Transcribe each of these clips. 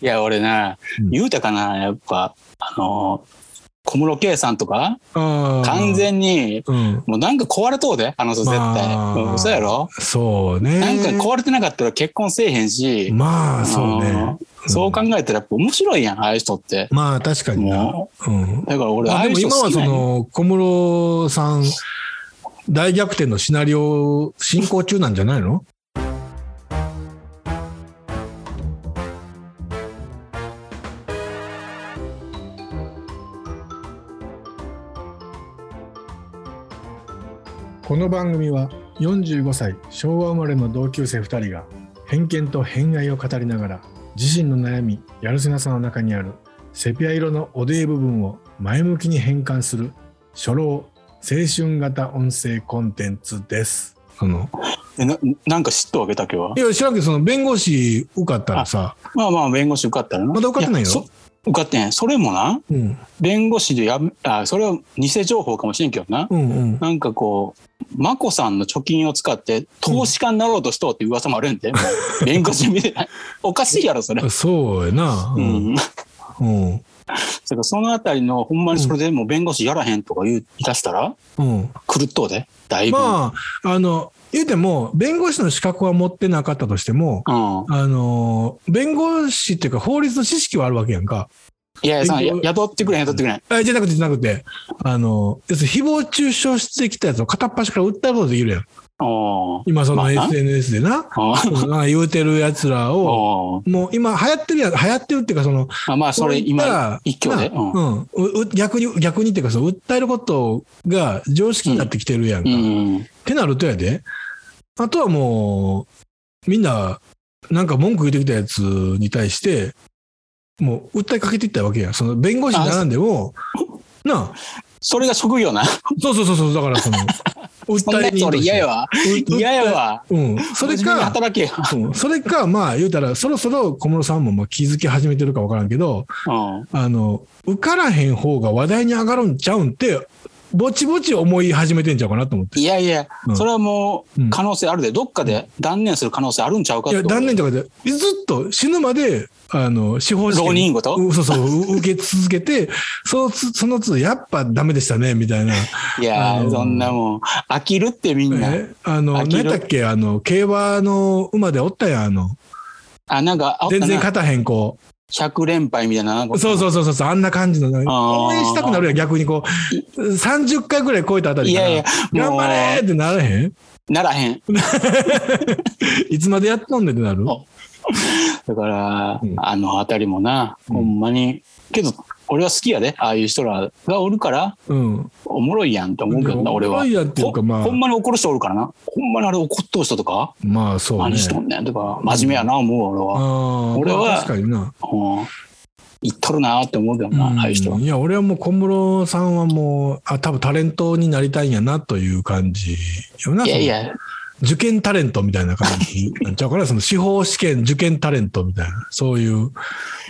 いや、俺な、うん言うたかな、やっぱ、あのー小室圭さんとか、あー完全に、うん。もうなんか壊れとうで、あの人絶対。まあうん、そうやろそうね。なんか壊れてなかったら結婚せえへんし、まあ、そうね。うんそう考えたらやっぱ面白いやん、ああいう人って。まあ、確かにな。もうんう、。だから俺、まあああでいう人も今好はきそなんやの小室さん大逆転のシナリオ進行中なんじゃないのこの番組は45歳昭和生まれの同級生2人が偏見と偏愛を語りながら自身の悩みやるせなさの中にあるセピア色のおでい部分を前向きに変換する初老青春型音声コンテンツです。その。えななんか知っとわけだけはいや知らんけどその弁護士受かったらさ、まあまあ、弁護士受かったらな。まだ受かってないよやそ受かってん。それもな、うん、弁護士でやめ、あ、それは偽情報かもしれんけどな。うんうんなんかこう、眞子さんの貯金を使って投資家になろうとしとうって噂もあるんで、もう弁護士見てない。おかしいやろ、それ。そうやな。ううんん。だうんからそのあたりの、ほんまにそれでもう弁護士やらへんとか言い出したら、うん、狂っとうで、だいぶ。まああの言うても弁護士の資格は持ってなかったとしても。うん。あの弁護士っていうか法律の知識はあるわけやんか。いやいや、その勉や強雇ってくれ、雇ってくれ。あじゃなくてじゃなくてあの要するに誹謗中傷してきたやつを片っ端から訴えることできるやんおー今そまのあな SNS でな。おーうんなんか言うてるやつらを、おーもう今流行ってるやん、流行ってるっていうか、その、まあまあ、それそういった今、一挙で。なうん。うんうう逆に、逆にっていうか、その訴えることが常識になってきてるやんか。っうん。てなるとやで、あとはもう、みんな、なんか文句言ってきたやつに対して、もう訴えかけていったわけやん。その弁護士に並んでも、なあ、それが職業な。そうそうそうそう、だからその、 そんな訴えやにつ俺嫌やわ。嫌や。わ。ううん。それ真面目にか、働けよ。うんそれか、まあ言うたら、そろそろ小室さんもまあ気づき始めてるか分からんけど、うん。あの、受からへん方が話題に上がるんちゃうんって、ぼちぼち思い始めてんちゃうかなと思って。いやいやう、んそれはもうんう可能性あるで、どっかで断念する可能性あるんちゃうかいや、断念と。とかで、ずっと死ぬまで、あの、司法試浪験人ごとうそうそう、う受け続けて、そのつ、そのつ、やっぱダメでしたね、みたいな。いやあのー、そんなもん、飽きるってみんな。えあの、飽き何るやったっけ、あの、競馬の馬でおったやん、あの、あ、なんか、あった全然な勝たへん子。 100連敗みたいな。そうそうそうそうそう、あんな感じの、応援したくなるやん、逆にこう、30回ぐらい超えたあたりいから、やいや、頑も張れーってならへんう、ならへん。いつまでやっとんねんってなるあだからうん、あのあたりもな、うんほんまに。けど、俺は好きやで、ああいう人らがおるから、うん。おもろいやんと思うけどな、俺は。いやっていうか、まあほ、んまに怒る人おるからな。ほんまにあれ怒っとう人とか、まあそうね何。しとんねんとか、真面目やな、思う俺は。あー俺はまあ確かにな。うん言っとるなーって思うけどな、ああいう人はうん。いや、俺はもう小室さんはもう、あ、多分タレントになりたいんやなという感じよな。いやいや、その受験タレントみたいな感じ。なんちゃうかな、その司法試験受験タレントみたいな、そういう。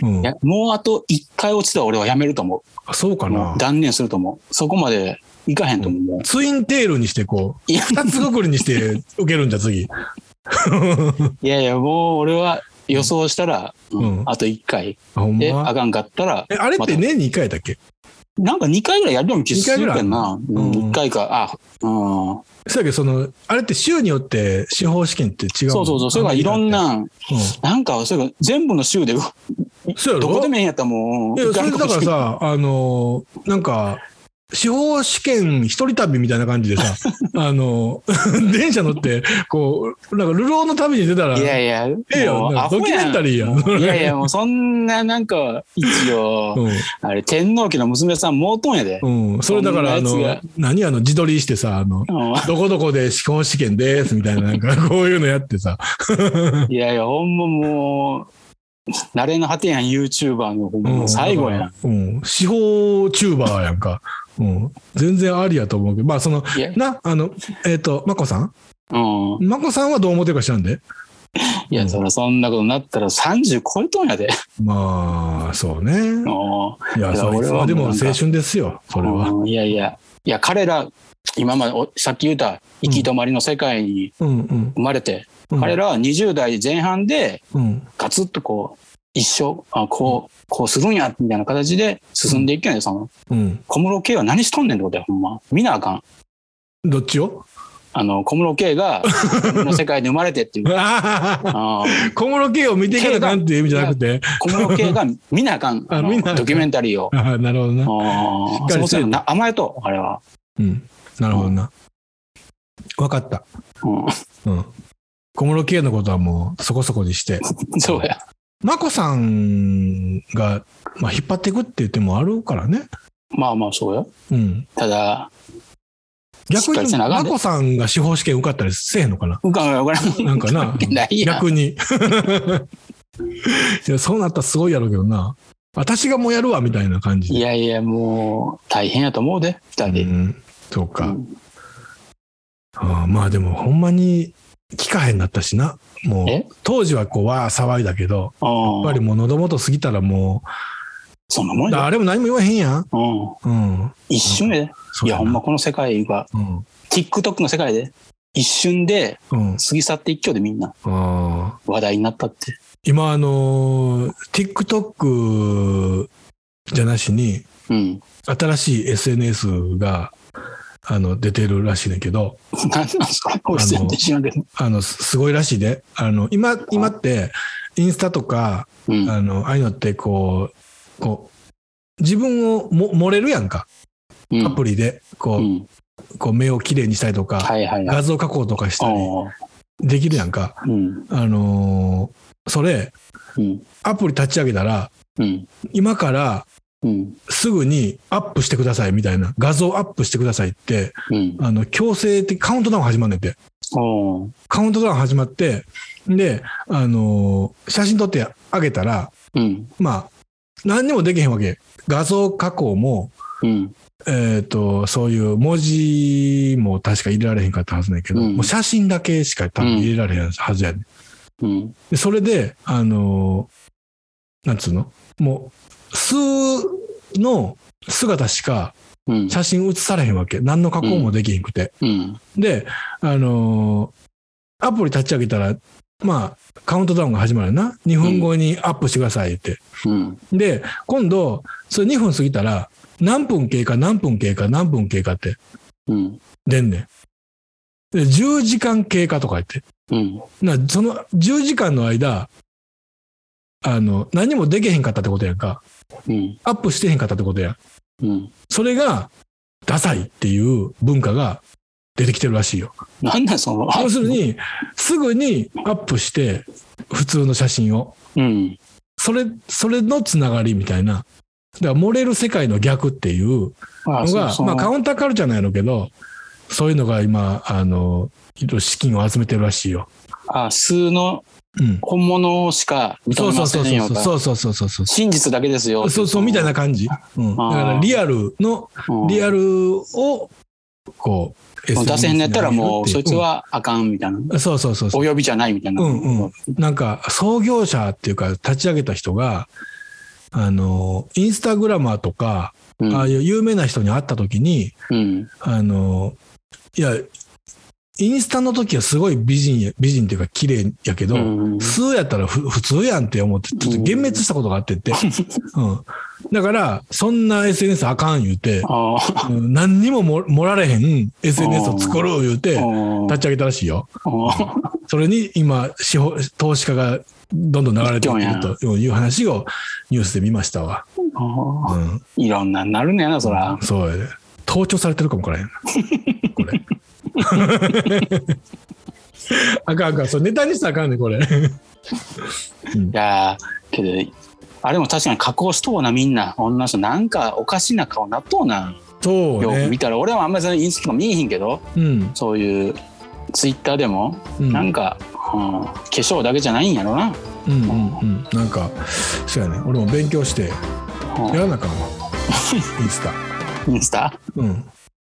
うんい。やもうあと1回落ちたら俺はやめると思あそうう。かもなう。断念すると思う。そこまでいかへんと思う。もうツインテールにしてこう、いや二つごくりにして受けるんじゃ、 次。いやいや、もう俺は予想したら、んうんうんあと1回あほんで、まあ。かんかったらえ、あれって年に1回だっけなんか2回ぐらいやるような気するけどな。回ぐらいある1回か、あ、うん。そうやけど、その、あれって州によって司法試験って違うそうそうそう、それがいろん。なん、うなんか、そういう全部の州で、どん、そうやろこでもええんやったらもう、いや、行そかれんだかかもしられんさ、あのー、なんか、司法試験一人旅みたいな感じで さ、あのー、 電車乗って、こう、なんか、流浪の旅に出たら、いやいや、えやんもうアホドキュメンタリーやんもういやいや、もうそんな、なんか、一応、あれ、天皇家の娘さん、盲トンやで。 うん、うん、それだから、あそんなやのつ、何あの、自撮りしてさ、あの、どこどこで司法試験です、みたいな、なんか、こういうのやってさ、いやいや、ほんまもう、慣れの果てやん、YouTuber の、ほんまもう最後やん。うん、司法チューバーやんか。うん、全然ありやと思うけど、まあ、その、いや、な、あの、えっ、と、まこさんうん。まこさんはどう思ってるか知らんで。いや、そら、そんなことになったら30超えとんやで。まあ、そうね。もいや、いやそれ俺はもはうでもなんか青春ですよ、うそれは。うんいやいや、いや、彼ら、今までお、さっき言った、行き止まりの世界にうんうん。生まれて、うん彼らは20代前半で、うん。ガツッとこう一生、あこう、こうするんや、みたいな形で進んでいけない、その、うん。小室圭は何しとんねんってことや、ほんま。見なあかん。どっちをあの、小室圭 が、この世界で生まれてっていう。あああー 小室圭を見ていかなあかんっていう意味じゃなくて。小室圭が見なあかん。ああの見なあかんドキュメンタリーを。ああ、なるほどな。しああ、っかそりうしてそるうな甘えと、あれは。うん。なるほどな。わかった。ううん。小室圭のことはもうそこそこにして。ん、 そうや。眞子さんが、まあ、引っ張っていくっていう手もあるからね。まあまあ、そうや。うん。ただ、逆しっかに、りせなあかん眞で子さんが司法試験受かったりせえへんの かなうかんがわからん。。なんかなないやん。逆に。 いや、そうなったらすごいやろうけどな。私がもうやるわ、みたいな感じで。いやいや、もう、大変やと思うで、二う人。ん、そううか。んああまあでも、ほんまに聞かへんなったしな。もうえ、当時はこう、わー騒いだけど、やっぱありあ、もう喉元過ぎたらもそんなもう、んだや。あれも何も言わへんやん。うん。うん。一瞬やで。そういや、だほなんま。この世界が、うん。 TikTok の世界で、一瞬でうん。過ぎ去って一挙でみんなああ。話題になったって。今あのー TikTok じゃなしにうん。 新しい SNS があの出てるらしいねんけど何なんすかこれ全然知らんけど。あのすすごいらしいであの今今ってインスタとかうん。あのああいうのってこうこう自分をも漏れるやんかうんアプリでう。こうんこう目をきれいにしたりとかはいはいはい。画像加工とかしたりあできるやんかあ。うん。あのーそれうん。アプリ立ち上げたらうん。今からうん。すぐにアップしてくださいみたいな、画像アップしてくださいって、うん。あの強制的、カウントダウン始まんねんて。おーカウントダウン始まって、で、あのー写真撮ってあげたら、うん。まあ、何にもできへんわけ。画像加工も、うん。えっ、と、そういう文字も確か入れられへんかったはずなんやけど、うんもう写真だけしか多分入れられへんはずやねん。うん。で、それで、あのーなんつうのもう、数の姿しか、うん。写真写されへんわけ何の加工もできへんくて、うん。であのーアプリ立ち上げたらまあカウントダウンが始まるよな2分後にアップしてくださいって、うん。で今度それ2分過ぎたら何分経過何分経過何分経過ってうん。出んねんで10時間経過とか言ってうん。なその10時間の間あの何もできへんかったってことやんかうん。アップしてへんかったってことやんうん。それがダサいっていう文化が出てきてるらしいよなんなんその。要するに、すぐにアップして、普通の写真を。うん。それ、それのつながりみたいな。だから、漏れる世界の逆っていうあのが、まあ、カンウンターカルチャーなんやろうけど、そういうのが今、あの、いろいろ資金を集めてるらしいよ。あ、数のうん。本物しか認そうめそまうせそうんよと。そうそうそうそうそうそう。真実だけですよ。そうそうみたいな感じ。うん。だあーから、リアルの、うん。リアルを、こう、もう出せへんのやったらもう、そいつ SNS はあかんみたいな。に上げるっていう、うんそうそうそうそうお。呼びじゃないみたいな。うんうんなんか創業者っていうか立ち上げた人があのインスタグラマーとか、うんああいう有名な人に会った時にうん。あのいやインスタの時はすごい美人や美人っていうか綺麗やけど、うん普通やったらふ普通やんって思ってちょっと幻滅したことがあってって、うんだからそんな SNS あかん言うて、ああ。うん何にもも盛られへん SNS を作ろう言うてうん立ち上げたらしいよ。うんそれに今資本、投資家がどんどん流れていってるという話をニュースで見ましたわ。ああうん、いろんなんなるねやな、そら。そうやで。盗聴されてるかもからへん。こ れ。あかんあかん。そうネタにしたらあかんねこれ。いやーけど、あれも確かに加工しとうな、みんな。女の人、なんかおかしな顔なっとうな。そうよくね見。たら、俺はあんまりそのインスタとか見えへんけど、うん。そういうツイッターでも、うん。なんか、うん、化粧だけじゃないんやろな。うんうんうん。なんか、そうやね。俺も勉強して、やらなあかんわ。インスタ。うんインスタうん。